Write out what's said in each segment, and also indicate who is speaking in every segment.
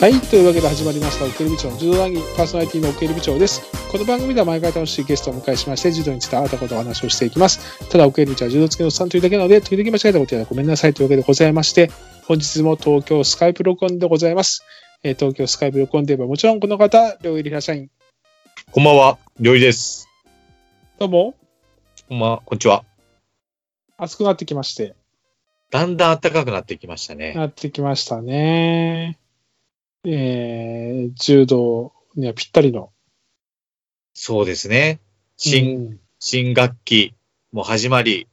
Speaker 1: はい、というわけで始まりました、オケル部長の柔道談義、パーソナリティのオケル部長です。この番組では毎回楽しいゲストをお迎えしまして、柔道についてあなたことをお話をしていきます。ただ、オケル部長は柔道付きのおっさんというだけなので、時々間違えたことやらごめんなさいというわけでございまして、本日も東京スカイプ録音でございます。えー東京スカイプ録音で言えば、もちろんこの方、両入り平社員。
Speaker 2: こんばんは、りょうりです。
Speaker 1: どうも、
Speaker 2: こんばんは、こんにちは。
Speaker 1: 暑くなってきまして、
Speaker 2: だんだん暖かくなってきましたね。
Speaker 1: なってきましたね。えー、柔道にはぴったりの。
Speaker 2: そうですね。新、
Speaker 1: うん
Speaker 2: 新学期も始まり、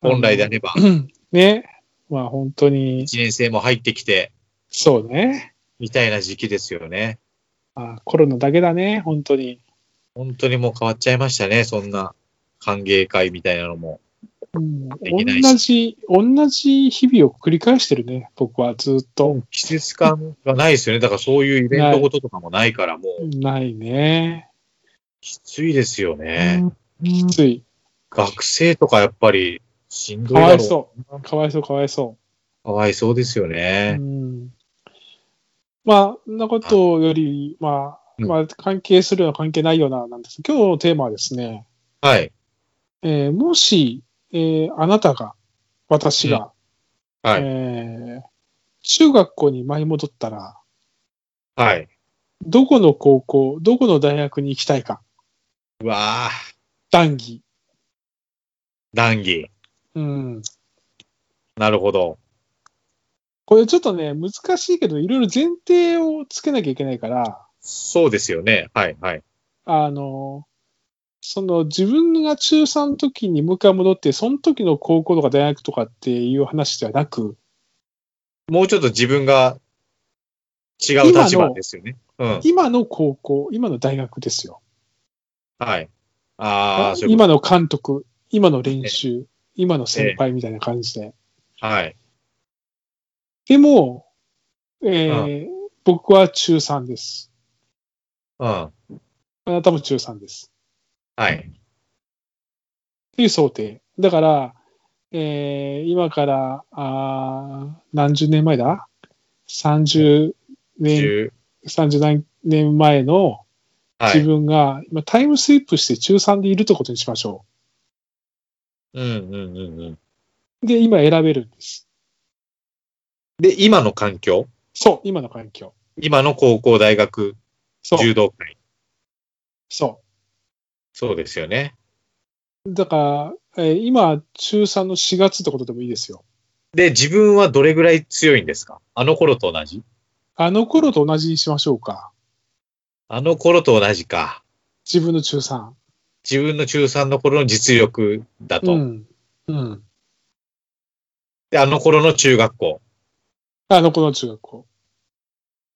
Speaker 2: 本来であれば、1
Speaker 1: ね。まあ本当に、
Speaker 2: 年生も入ってきて、
Speaker 1: そうね。
Speaker 2: みたいな時期ですよね。
Speaker 1: あコロナだけだね、本当に。
Speaker 2: 本当にもう変わっちゃいましたね、そんな歓迎会みたいなのも。
Speaker 1: うん、同
Speaker 2: できない
Speaker 1: じ、
Speaker 2: し
Speaker 1: 同じ日々を繰り返してるね、僕はずっと。
Speaker 2: 季節感がないですよね。だからそういうイベントごととかもないから、もう
Speaker 1: ないね。
Speaker 2: きついですよね。
Speaker 1: きつい。
Speaker 2: 学生とかやっぱりしんどい
Speaker 1: かわ
Speaker 2: だ
Speaker 1: い
Speaker 2: ろ。
Speaker 1: そう。かわいそう、かわいそう
Speaker 2: かわいそうですよ
Speaker 1: う。
Speaker 2: ね
Speaker 1: う。ん、まあ、そんなことより、まあ、
Speaker 2: うん
Speaker 1: まあ、関係するような関係ないような、なんです。今日のテーマはですね、
Speaker 2: はい。
Speaker 1: えーもし、えーあなたが、私が、
Speaker 2: はい。
Speaker 1: えー中学校に舞い戻ったら、
Speaker 2: はい。
Speaker 1: どこの高校、どこの大学に行きたいか、
Speaker 2: うわぁ、
Speaker 1: 談義。
Speaker 2: 談義。
Speaker 1: うん。
Speaker 2: なるほど。
Speaker 1: これちょっとね、難しいけど、いろいろ前提をつけなきゃいけないから、
Speaker 2: そうですよね。はい、はい。
Speaker 1: あの、その自分が中3の時にもう一回戻って、その時の高校とか大学とかっていう話ではなく、
Speaker 2: もうちょっと自分が違う
Speaker 1: 今の
Speaker 2: 立場ですよね。うん。
Speaker 1: 今の高校、今の大学ですよ。
Speaker 2: はい。ああ、そういうこ
Speaker 1: 今の監督、今の練習、今の先輩みたいな感じで。
Speaker 2: と。はい。
Speaker 1: でも、えー僕は中3です。
Speaker 2: うん。
Speaker 1: あなたも中3です。
Speaker 2: はい。
Speaker 1: っていう想定。だから、えー今から、あー何十年前だ ?30 年、
Speaker 2: 十
Speaker 1: 30何年前の
Speaker 2: は
Speaker 1: 自
Speaker 2: い。
Speaker 1: 分が、今タイムスリップして中3でいるってことにしましょ
Speaker 2: うん、うん、うん。うん
Speaker 1: う。で、今選べるんです。
Speaker 2: で、今の環境
Speaker 1: そう、今の環境。
Speaker 2: 今の高校、大学、
Speaker 1: そう
Speaker 2: 柔、道会。
Speaker 1: そ
Speaker 2: そうですよね。
Speaker 1: う。だから、えー今、中3の4月ってことでもいいですよ。
Speaker 2: で、自分はどれぐらい強いんですかあの頃と同じ
Speaker 1: あの頃と同じにしましょうか。
Speaker 2: あの頃と同じか。
Speaker 1: 自分の中3。
Speaker 2: 自分の中3の頃の実力だと。
Speaker 1: うん。うん。
Speaker 2: で、あの頃の中学校。
Speaker 1: あの、この中学校。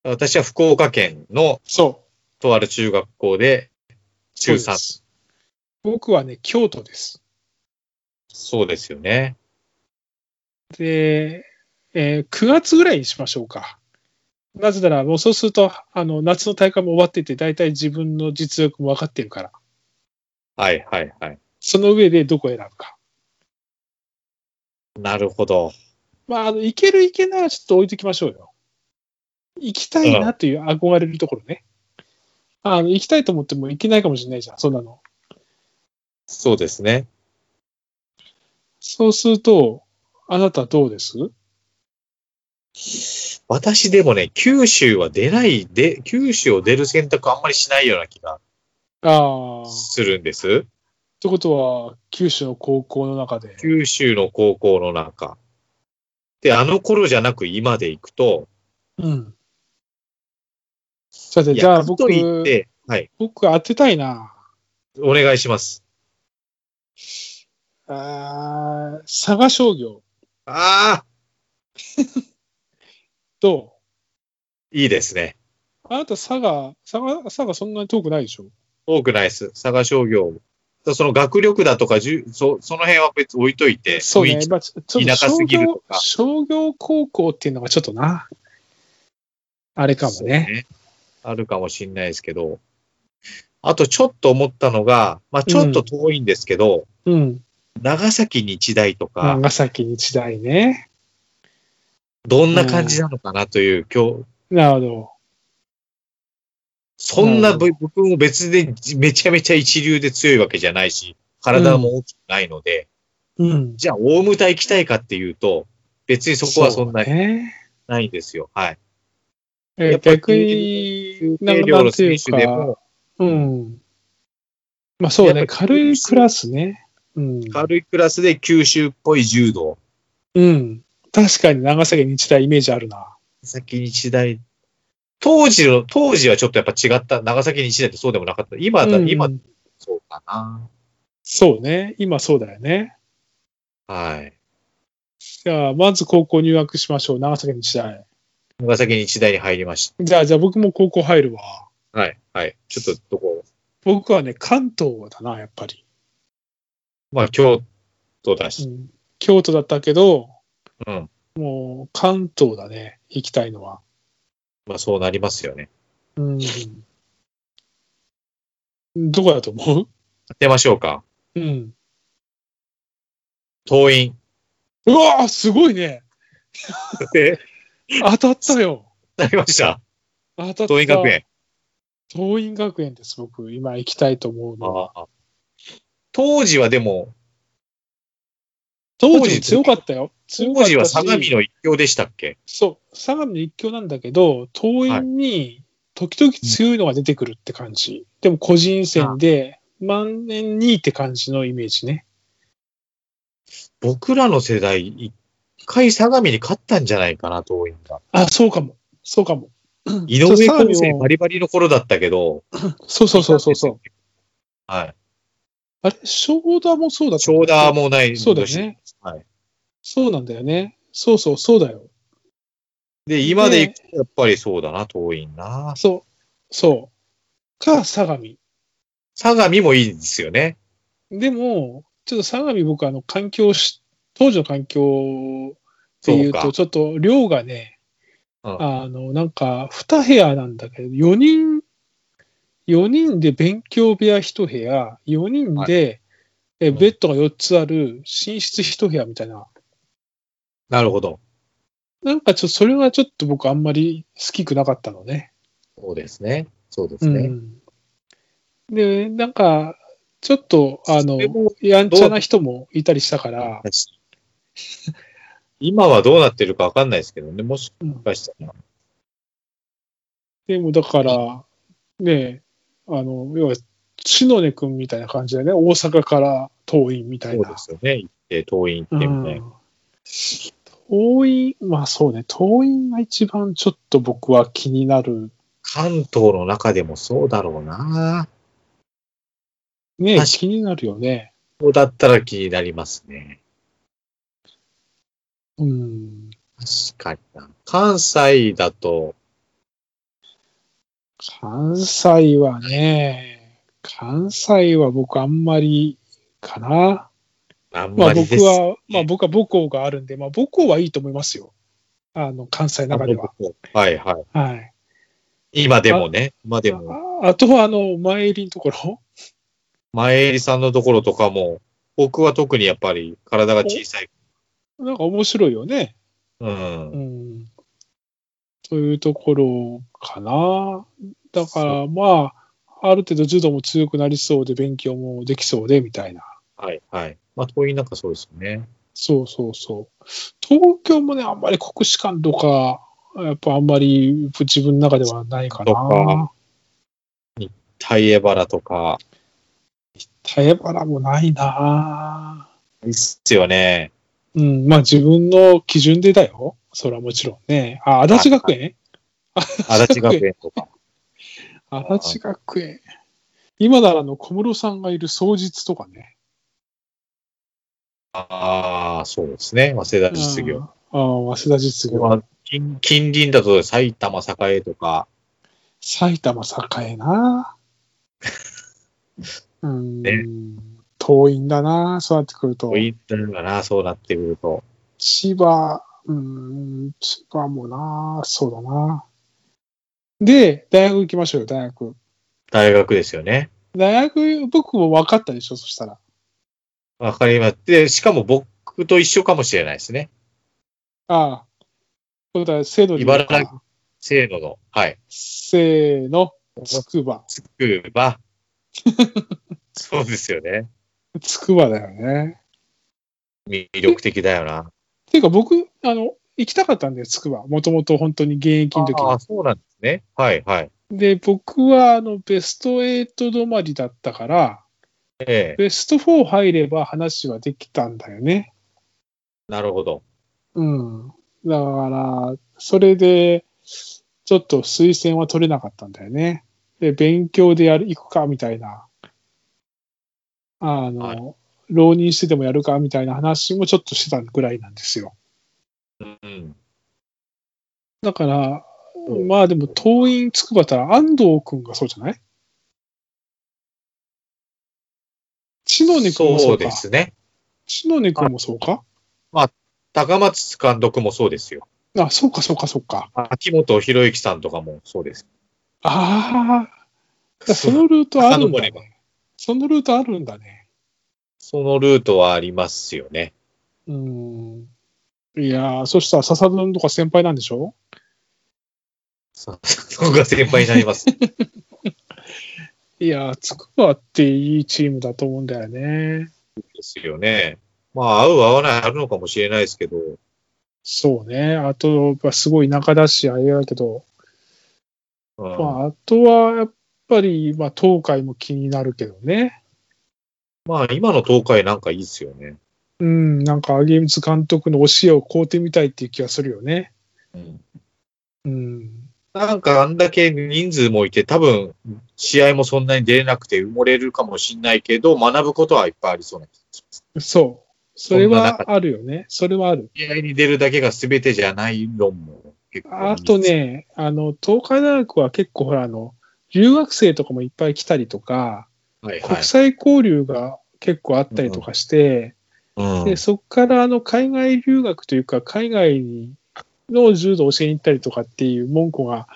Speaker 2: 私は福岡県の
Speaker 1: そう。
Speaker 2: とある中学校で、中
Speaker 1: そうで
Speaker 2: 3。
Speaker 1: す僕はね、京都です。
Speaker 2: そうですよね。
Speaker 1: で、えー9月ぐらいにしましょうか。なぜなら、もうそうすると、あの、夏の大会も終わってて、大体自分の実力も分かってるから。
Speaker 2: はいはいはい。
Speaker 1: その上でどこを選ぶか。
Speaker 2: なるほど。
Speaker 1: まあ、あの、いけるいけないはちょっと置いときましょうよ。行きたいなという憧れるところね。あの、行きたいと思っても行けないかもしれないじゃん、そんなの。
Speaker 2: そうですね。
Speaker 1: そうすると、あなたどうです
Speaker 2: 私でもね、九州は出ないで、九州を出る選択あんまりしないような気が
Speaker 1: ああ。
Speaker 2: するんです。
Speaker 1: ってことは、九州の高校の中で。
Speaker 2: 九州の高校の中。で、あの頃じゃなく今で行くと、
Speaker 1: うん。さて、
Speaker 2: い
Speaker 1: じゃあ
Speaker 2: や、か
Speaker 1: 僕
Speaker 2: と、いって、はい、
Speaker 1: 僕当てたいな。
Speaker 2: お願いします。
Speaker 1: あー佐賀商業、
Speaker 2: ああ、
Speaker 1: ど
Speaker 2: いいですね。
Speaker 1: うあなた佐賀、佐賀、佐賀そんなに遠くないでしょ
Speaker 2: 多くないです。佐賀商業。その学力だとかじゅ、そその辺は別に置いといて、
Speaker 1: そうね
Speaker 2: 雰囲。気
Speaker 1: まあ、ちょちょっと
Speaker 2: 田舎
Speaker 1: 商
Speaker 2: すぎると
Speaker 1: 業
Speaker 2: か
Speaker 1: 商業高校っていうのがちょっとな。あれかもね。
Speaker 2: あるかもしれないですけど、あとちょっと思ったのが、まあちょっと遠いんですけど、
Speaker 1: うん。
Speaker 2: 長崎日大とか、
Speaker 1: 長崎日大ね。
Speaker 2: どんな感じなのかなという、今日、
Speaker 1: なるほど。
Speaker 2: そんな部部分を別でめちゃめちゃ一流で強いわけじゃないし、体も大きくないので、
Speaker 1: うん。
Speaker 2: じゃあ大舞台行きたいかっていうと、別にそこはそんなに
Speaker 1: ね。
Speaker 2: ないんですよ。はい。
Speaker 1: え
Speaker 2: やっぱり
Speaker 1: 逆に、なんか
Speaker 2: 量
Speaker 1: なん
Speaker 2: の
Speaker 1: てい
Speaker 2: 選
Speaker 1: う
Speaker 2: 手で
Speaker 1: か、
Speaker 2: も、
Speaker 1: うん。まあそう
Speaker 2: や
Speaker 1: ね、
Speaker 2: っぱり
Speaker 1: 軽いクラスね。うん。
Speaker 2: 軽いクラスで九州っぽい柔道、
Speaker 1: うん。確かに長崎日大イメージあるな。
Speaker 2: 先日大、当時の、当時はちょっとやっぱ違った。長崎日大ってそうでもなかった。今だ、
Speaker 1: うん
Speaker 2: 今、そうかな。
Speaker 1: そうね。今そうだよね。
Speaker 2: はい。
Speaker 1: じゃあ、まず高校入学しましょう。長崎日大。
Speaker 2: 長崎日大に入りまし
Speaker 1: じゃあ、じゃあ僕も高校入るわ。
Speaker 2: た。はい。はい。ちょっとどこ、
Speaker 1: 僕はね、関東だな、やっぱり。
Speaker 2: まあ京都だ
Speaker 1: う
Speaker 2: し。
Speaker 1: ん、京都だったけど、
Speaker 2: うん。
Speaker 1: もう関東だね、行きたいのは。
Speaker 2: まあそうなりますよね。
Speaker 1: うん。どこだと思う
Speaker 2: 当てましょうか。
Speaker 1: うん。
Speaker 2: 党員。
Speaker 1: うわーすごいね
Speaker 2: え
Speaker 1: 当たったよ
Speaker 2: なりました。
Speaker 1: 当たった。
Speaker 2: 党員学園。
Speaker 1: 桐蔭学園です、僕。今行きたいと思うのは。
Speaker 2: ああ当時はでも、
Speaker 1: 当時強かったよ。強かっ
Speaker 2: 当
Speaker 1: たし
Speaker 2: 時は相模の一強でしたっけ
Speaker 1: そう、相模の一強なんだけど、桐蔭に時々強いのが出てくるって感じ。でも個人戦で、万年2位って感じのイメージね。
Speaker 2: 僕らの世代、一回相模に勝ったんじゃないかな、党員が。
Speaker 1: あ、そうかも。そうかも。
Speaker 2: 井上
Speaker 1: 相模
Speaker 2: 康生
Speaker 1: を
Speaker 2: バリバリの頃だったけど、
Speaker 1: そうそうそうそうそう。
Speaker 2: はい。
Speaker 1: あれ、ショーダーもそうだった
Speaker 2: ショーダーもない
Speaker 1: そうだよね。
Speaker 2: はい。
Speaker 1: そうなんだよね。そうそう、そうだよ。
Speaker 2: で、今で行くとやっぱりそうだな、党員な。
Speaker 1: そう。そう。か、相模。
Speaker 2: 相模もいいですよね。
Speaker 1: でも、ちょっと相模僕、あの、環境し、当時の環境っていう
Speaker 2: そ
Speaker 1: と、
Speaker 2: うか
Speaker 1: ちょっと量がね、
Speaker 2: うん
Speaker 1: あの、なんか、2部屋なんだけど、4人、4人で勉強部屋1部屋、4人で、え
Speaker 2: うん
Speaker 1: ベッドが4つある寝室1部屋みたいな。
Speaker 2: なるほど。
Speaker 1: なんかちょっとそれがちょっと僕あんまり好きくなかったのね。
Speaker 2: そうですね。そうですね。
Speaker 1: うん、で、なんか、ちょっと、あの
Speaker 2: それも、
Speaker 1: やんちゃな人もいたりしたから、
Speaker 2: 今はどうなってるかわかんないですけどね。もしかしたら。
Speaker 1: でもだから、ねえ、あの、要は、篠根くんみたいな感じだよね。大阪から遠いみたい
Speaker 2: そう
Speaker 1: な。
Speaker 2: ですよね。行って、党員行ってみたいな。
Speaker 1: 遠い、まあそうね、遠いが一番ちょっと僕は気になる。
Speaker 2: 関東の中でもそうだろうな。
Speaker 1: ねえ
Speaker 2: 確か
Speaker 1: 気になるよね。
Speaker 2: そうだったら気になりますね。
Speaker 1: うん。
Speaker 2: 確かにな。関西だと、
Speaker 1: 関西はね、関西は僕あんまりかな。
Speaker 2: あん
Speaker 1: ま
Speaker 2: ま
Speaker 1: あ
Speaker 2: り
Speaker 1: 僕
Speaker 2: です。
Speaker 1: は、まあ僕は母校があるんで、まあ母校はいいと思いますよ。あの、関西の中では。
Speaker 2: はいはい。
Speaker 1: はい。
Speaker 2: 今でもね。今でも。
Speaker 1: ああとはあの、前入りのところ。
Speaker 2: 前襟さんのところとかも、僕は特にやっぱり体が小さい。
Speaker 1: なんか面白いよね。
Speaker 2: う。
Speaker 1: うんん。というところかな。だからまあ、ある程度柔道も強くなりそうで、勉強もできそうで、みたいな。
Speaker 2: はいはい。まあ、党員なんかそうですよね。
Speaker 1: そうそうそう。東京もね、あんまり国士舘とか、やっぱあんまり自分の中ではないか
Speaker 2: と
Speaker 1: な
Speaker 2: か。タイエバラとか、
Speaker 1: タエバラもないな。
Speaker 2: ですよね。
Speaker 1: うん、まあ自分の基準でだよ。それはもちろんね。あ、足立学園
Speaker 2: 足立学園とか。
Speaker 1: 足立学園。今ならあの小室さんがいる双日とかね。
Speaker 2: ああ、そうですね。早稲田実業。
Speaker 1: うん。ああ、早稲田実業。
Speaker 2: まあ近近隣だと埼玉栄とか、
Speaker 1: 埼玉栄 な。うん。
Speaker 2: ね
Speaker 1: 遠いんだな、そうなってくると
Speaker 2: そう。いったのかな、そうなってくると。
Speaker 1: 千葉、うん、千葉もな、そうだな。で、大学行きましょうよ、大学。
Speaker 2: 大学ですよね。
Speaker 1: 大学、僕も分かったでしょ、そしたら。
Speaker 2: わかります。で、しかも僕と一緒かもしれないですね。
Speaker 1: ああ。そうだ、制度に。
Speaker 2: 茨城せーのの、はい。
Speaker 1: せーの、つくば。
Speaker 2: つくば。 そうですよね。
Speaker 1: つくばだよね。
Speaker 2: 魅力的だよな。
Speaker 1: っていうか僕、あの、行きたかったんだよ、つくば。もともと本当に現役の時
Speaker 2: ああ、そうなんですね。はいはい。
Speaker 1: で、僕は、あの、ベスト8止まりだったから、
Speaker 2: ええ
Speaker 1: ベスト4入れば話はできたんだよね。
Speaker 2: なるほど。
Speaker 1: うん。だから、それで、ちょっと推薦は取れなかったんだよね。で、勉強でやる、行くか、みたいな。あの、
Speaker 2: はい
Speaker 1: 浪人してでもやるか、みたいな話もちょっとしてたぐらいなんですよ。
Speaker 2: うん。
Speaker 1: だから、
Speaker 2: うん
Speaker 1: まあでも、党員つくばたら安藤君がそうじゃない千野根君もそ
Speaker 2: そうう
Speaker 1: か
Speaker 2: で。すね。
Speaker 1: 千野根君もそうか
Speaker 2: 高松監督もそうですよ。
Speaker 1: あ、そうか、そうか、そうか。
Speaker 2: 秋元博之さんとかもそうです。
Speaker 1: ああ、だからそのルートあるんだ
Speaker 2: 遡れば
Speaker 1: ね。そのルートあるんだね。
Speaker 2: そのルートはありますよね。
Speaker 1: うん。いやー、そしたら笹田とか先輩なんでしょ
Speaker 2: そこが先輩になります。
Speaker 1: いやー、つくばっていいチームだと思うんだよね。
Speaker 2: ですよね。まあ、合う合わないあるのかもしれないですけど、
Speaker 1: そうね。あと、やっぱすごい田舎だし、あれだけど、
Speaker 2: うん
Speaker 1: まあ、あとはやっぱり、まあ、東海も気になるけどね。
Speaker 2: まあ、今の東海なんかいいですよね。
Speaker 1: うん、なんか、アゲームズ監督の教えを買うてみたいっていう気がするよね。うん。
Speaker 2: なんかあんだけ人数もいて、多分、試合もそんなに出れなくて埋もれるかもしれないけど、学ぶことはいっぱいありそうな気がします。
Speaker 1: そう。それ
Speaker 2: そんな中
Speaker 1: はあるよね。それはある。
Speaker 2: 試合に出るだけが全てじゃない論も結構。
Speaker 1: あと。ね、あの、東海大学は結構ほら、あの、留学生とかもいっぱい来たりとか、
Speaker 2: はいは
Speaker 1: 国際交流が結構あったりとかして、
Speaker 2: い。う
Speaker 1: で、
Speaker 2: ん、
Speaker 1: そこからあの、海外留学というか、海外にの柔道を教えに行ったりとかっていう門戸が、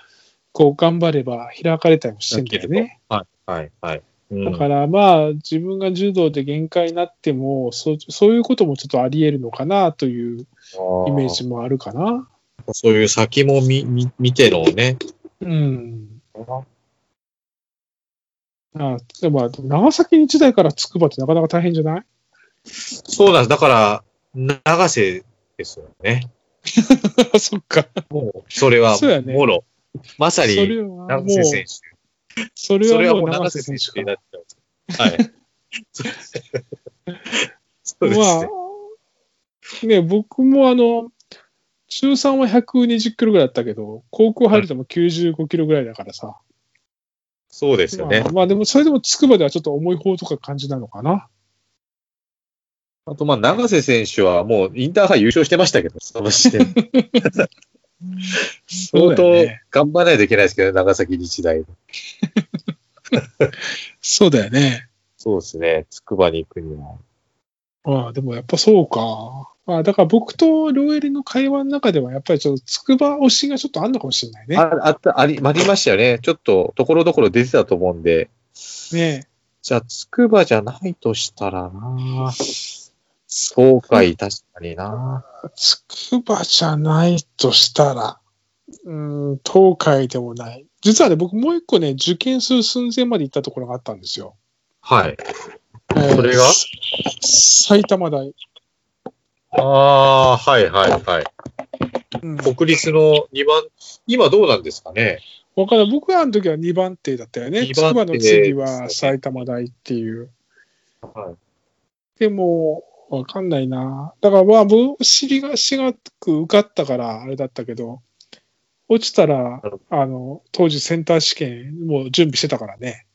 Speaker 1: こう、頑張れば開かれたりもしてんだよね。
Speaker 2: はいはいはい。うん
Speaker 1: だからまあ、自分が柔道で限界になっても、そそういうこともちょっとあり得るのかなというイメージもあるかな。
Speaker 2: そういう先も見見見てのね。
Speaker 1: うん。あでも、長崎日大から筑波ってなかなか大変じゃない
Speaker 2: そうなんです。だから、長瀬ですよね。
Speaker 1: あそっか。
Speaker 2: もう、それは
Speaker 1: そうや、ね
Speaker 2: もろ。まさ
Speaker 1: そ
Speaker 2: に、
Speaker 1: れはも
Speaker 2: 長
Speaker 1: う、
Speaker 2: 瀬選手。
Speaker 1: そ
Speaker 2: そ
Speaker 1: れ
Speaker 2: れは
Speaker 1: はも
Speaker 2: も
Speaker 1: う
Speaker 2: う
Speaker 1: 長
Speaker 2: 長
Speaker 1: 瀬選
Speaker 2: 瀬
Speaker 1: 手
Speaker 2: 選手に
Speaker 1: か。
Speaker 2: なっちゃうんです。はい。 そうです
Speaker 1: ま
Speaker 2: ね。
Speaker 1: あ、ね、僕もあの、中3は120キロぐらいだったけど、高校入るともう95キロぐらいだからさ。
Speaker 2: そうですよね
Speaker 1: ま。あ、まあでも、それでも筑波ではちょっと重い方とか感じなのかな。
Speaker 2: あと、まあ、長瀬選手はもうインターハイ優勝してましたけ ど、その時点で
Speaker 1: そう
Speaker 2: 相
Speaker 1: だ
Speaker 2: 当
Speaker 1: よね。
Speaker 2: 頑張らないといけないですけど、長崎日大。
Speaker 1: そうだよね。
Speaker 2: そうですね。筑波に行くには。
Speaker 1: まあでもやっぱそうか。まあだから僕と両襟の会話の中ではやっぱりちょっと筑波推しがちょっとあんのかもしれないね。
Speaker 2: ああったあり、ありましたよね。ちょっと、ところどころ出てたと思うんで。
Speaker 1: ね
Speaker 2: じゃあ、筑波じゃないとしたらな東海、確かにな
Speaker 1: つくばじゃないとしたら、うーん、東海でもない。実はね、僕もう一個ね、受験する寸前まで行ったところがあったんですよ。
Speaker 2: は
Speaker 1: え
Speaker 2: い。
Speaker 1: ー
Speaker 2: それが
Speaker 1: 埼玉大。
Speaker 2: ああー、はいはいはい。
Speaker 1: うん、
Speaker 2: 国立の2番、今どうなんですかね
Speaker 1: わからん僕らの時は2番手だったよね。
Speaker 2: 二
Speaker 1: つく
Speaker 2: 番手
Speaker 1: ばの次は埼玉大っていう。
Speaker 2: は
Speaker 1: でも、わかんないな。だからまあ、僕、尻がしがく受かったから、あれだったけど、落ちたら
Speaker 2: なるほ、
Speaker 1: あの、当時センター試験、もう準備してたからね。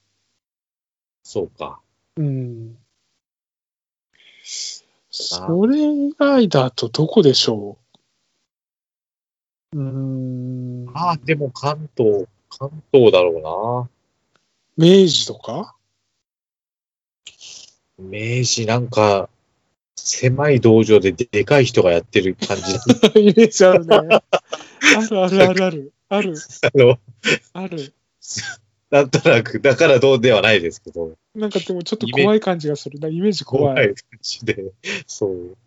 Speaker 2: そうか。
Speaker 1: うんそれ以外だとどこでしょううーん。
Speaker 2: ああ、でも関東、関東だろ
Speaker 1: 明治とか
Speaker 2: うな。明治なんか、狭い道場でででかい人がやってる感じ。あ
Speaker 1: イメージあるね。あるあるあるある。ある
Speaker 2: の、
Speaker 1: ある。
Speaker 2: なんとなく、だからどうではないですけど、
Speaker 1: なんかでもちょっと怖い感じがするな。イメージ怖い。
Speaker 2: 怖い感じで、そう。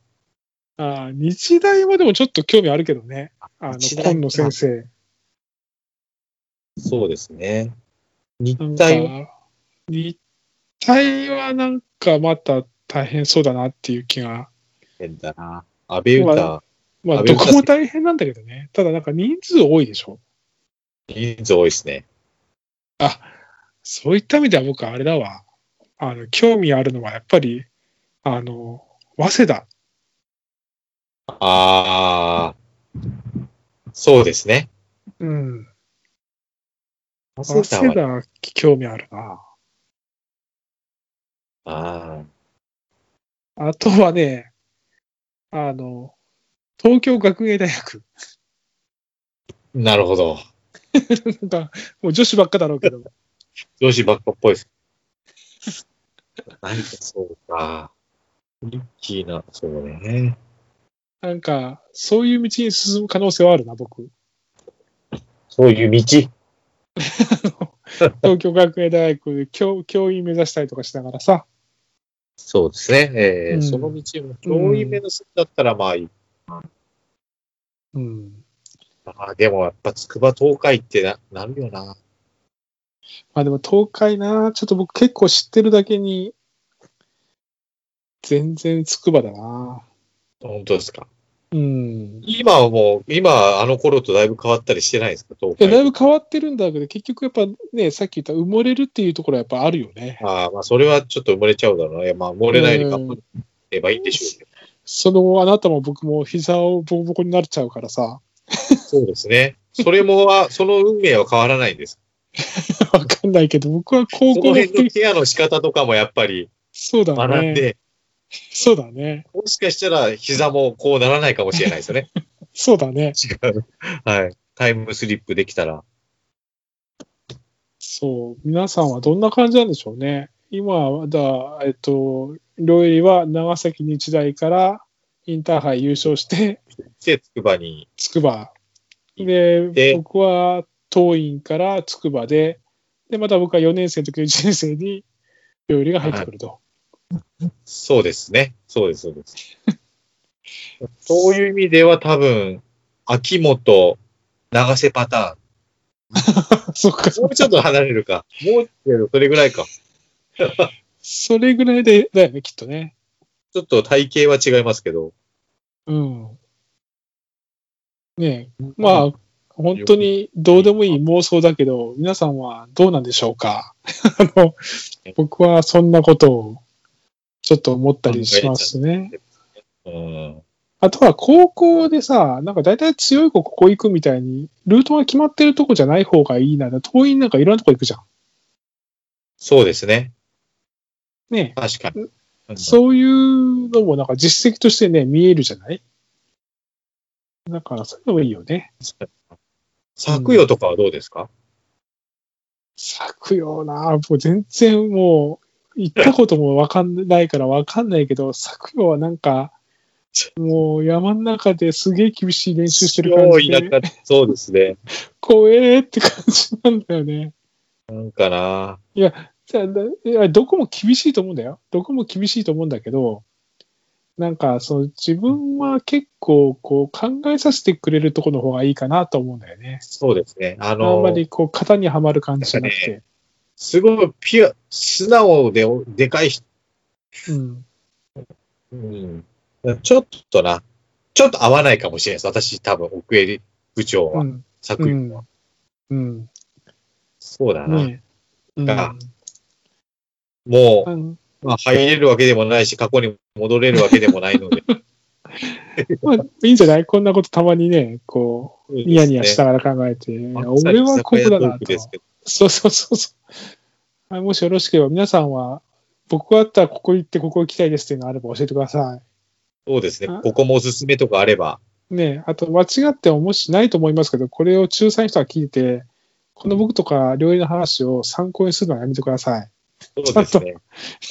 Speaker 1: ああ日大はでもちょっと興味あるけどね。あの、
Speaker 2: 日大
Speaker 1: 今野先生。
Speaker 2: そうですね。日
Speaker 1: なんか
Speaker 2: 体は、
Speaker 1: 立体はなんかまた大変そうだなっていう気が。
Speaker 2: 変だな。安倍歌、
Speaker 1: まあ、
Speaker 2: 安
Speaker 1: ど
Speaker 2: 倍
Speaker 1: こも大変なんだけどね。ただなんか人数多いでしょ。
Speaker 2: 人数多いですね。
Speaker 1: そういった意味では僕はあれだわ。あの、興味あるのはやっぱり、あの、早稲田。
Speaker 2: ああ、そうですね。
Speaker 1: うん。
Speaker 2: 早
Speaker 1: 早
Speaker 2: 稲田は
Speaker 1: 稲田、興味あるな。
Speaker 2: あ
Speaker 1: あとはね、あの、東京学芸大学。
Speaker 2: ーなるほど。
Speaker 1: なんか、もう女子ばっかだろうけ ど。
Speaker 2: 女子ばっかっぽいです。 何かそうか。リッキーな、そうね。
Speaker 1: なんか、そういう道に進む可能性はあるな、僕。
Speaker 2: そういう道。
Speaker 1: 東京学芸大学で教教員目指したりとかしながらさ。
Speaker 2: そうですね。えー
Speaker 1: うん
Speaker 2: その道を教員目のすだったら、まあ、いい
Speaker 1: うん。
Speaker 2: あーでもやっぱ筑波東海ってななるよな。
Speaker 1: まあでも東海な、ちょっと僕結構知ってるだけに、全然筑波だな。
Speaker 2: 本当ですか。
Speaker 1: うん。
Speaker 2: 今はもう、今あの頃とだいぶ変わったりしてないですか、東
Speaker 1: いや、だい
Speaker 2: 海。
Speaker 1: ぶ変わってるんだけど、結局やっぱね、さっき言った埋もれるっていうところはやっぱあるよね。
Speaker 2: ああ、まあそれはちょっと埋もれちゃうだろうな。いやまあ埋もれないように頑張ればいいんでしょうけど。
Speaker 1: そのあなたも僕も膝をボコボコになっちゃうからさ。
Speaker 2: そうですね。それもは、その運命は変わらないん です。
Speaker 1: わかんないけど、僕は高
Speaker 2: そ
Speaker 1: 校
Speaker 2: の
Speaker 1: の
Speaker 2: 辺の
Speaker 1: 時、
Speaker 2: ケアの仕方とかもやっぱり
Speaker 1: そうだ
Speaker 2: 学ん
Speaker 1: ね。
Speaker 2: で、
Speaker 1: そうだね。
Speaker 2: もしかしたら膝もこうならないかもしれないですよ ね。
Speaker 1: そうだね。
Speaker 2: 違う。はい。タイムスリップできたら。
Speaker 1: そう。皆さんはどんな感じなんでしょうね。今、だ、えっと、両襟は長崎日大からインターハイ優勝して、
Speaker 2: で、つくばに
Speaker 1: 筑波。で、
Speaker 2: で
Speaker 1: 僕は桐蔭から筑波で、で、また僕は4年生の時の1年生に両襟が入ってくると。
Speaker 2: そうですね。そうです、そ うです。そういう意味では多分、秋元、長瀬パタ
Speaker 1: そっか。
Speaker 2: ーン。もうちょっと離れるか。もう、それぐらいか。
Speaker 1: それぐらいで、だよね、きっとね。
Speaker 2: ちょっと体型は違いますけど。
Speaker 1: うん。ねえ、まあ、本当にどうでもいい妄想だけど、皆さんはどうなんでしょうかあの、僕はそんなことをちょっと思ったりしますね。
Speaker 2: うん。
Speaker 1: あとは高校でさ、なんか大体強い子ここ行くみたいに、ルートが決まってるとこじゃない方がいいな。遠いなんかいろんなとこ行くじゃん。
Speaker 2: そうですね。
Speaker 1: ね
Speaker 2: 確かに。うん
Speaker 1: え、そういうのもなんか実績としてね、見えるじゃないだからそういうのもいいよね。
Speaker 2: 作業とかはどうですか、
Speaker 1: 咲くよな、もう全然もう、行ったこともわかんないからわかんないけど、咲くよはなんか、もう山の中ですげえ厳しい練習してる感じ
Speaker 2: 超
Speaker 1: で、
Speaker 2: 田舎そうですね。
Speaker 1: 怖えって感じなんだよね。
Speaker 2: なんかな。
Speaker 1: じゃあないやどこも厳しいと思うんだよ。どこも厳しいと思うんだけど、なんかその自分は結構こう考えさせてくれるところの方がいいかなと思うんだよね。
Speaker 2: そうですね。あ
Speaker 1: あん
Speaker 2: の
Speaker 1: ま、りこう型にはまる感じじゃなくて。
Speaker 2: すごいピュア、素直で、でかい人
Speaker 1: うん、
Speaker 2: うんちょっとな、ちょっと合わないかもしれないです。私、多分、奥襟部長
Speaker 1: う
Speaker 2: は、
Speaker 1: ん、
Speaker 2: 作
Speaker 1: う
Speaker 2: 品
Speaker 1: ん
Speaker 2: は。。
Speaker 1: うん
Speaker 2: そうだな。
Speaker 1: ねえ。
Speaker 2: がも
Speaker 1: うん
Speaker 2: う、まあ、入れるわけでもないし、過去に戻れるわけでもない ので。
Speaker 1: まあ、いいんじゃないこんなことたまにね、こう、ニヤニヤし
Speaker 2: い
Speaker 1: ながら考えて、
Speaker 2: や。
Speaker 1: 俺はここだなと。
Speaker 2: ですけど
Speaker 1: そうそうそうそう。はいもしよろしければ、皆さんは、僕だったらここ行って、ここ行きたいですっていうのがあれば教えてくださ
Speaker 2: そうですね
Speaker 1: あ。
Speaker 2: ここもおすすめとかあれば。
Speaker 1: い。ねえあと、間違ってももしないと思いますけど、これを中3の人が聞いて、この僕とか料理の話を参考にするのはやめてください。
Speaker 2: そうですね。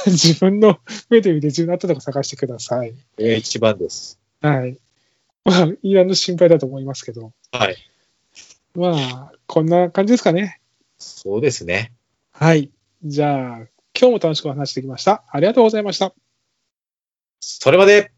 Speaker 1: 自分の目で見て自分のあったとこ探してください。
Speaker 2: これが一番です。
Speaker 1: はい。まあ、いらぬ心配だと思いますけど。
Speaker 2: はい。
Speaker 1: まあ、こんな感じですかね。
Speaker 2: そうですね。
Speaker 1: はい。じゃあ、今日も楽しくお話しできました。ありがとうございました。
Speaker 2: それまで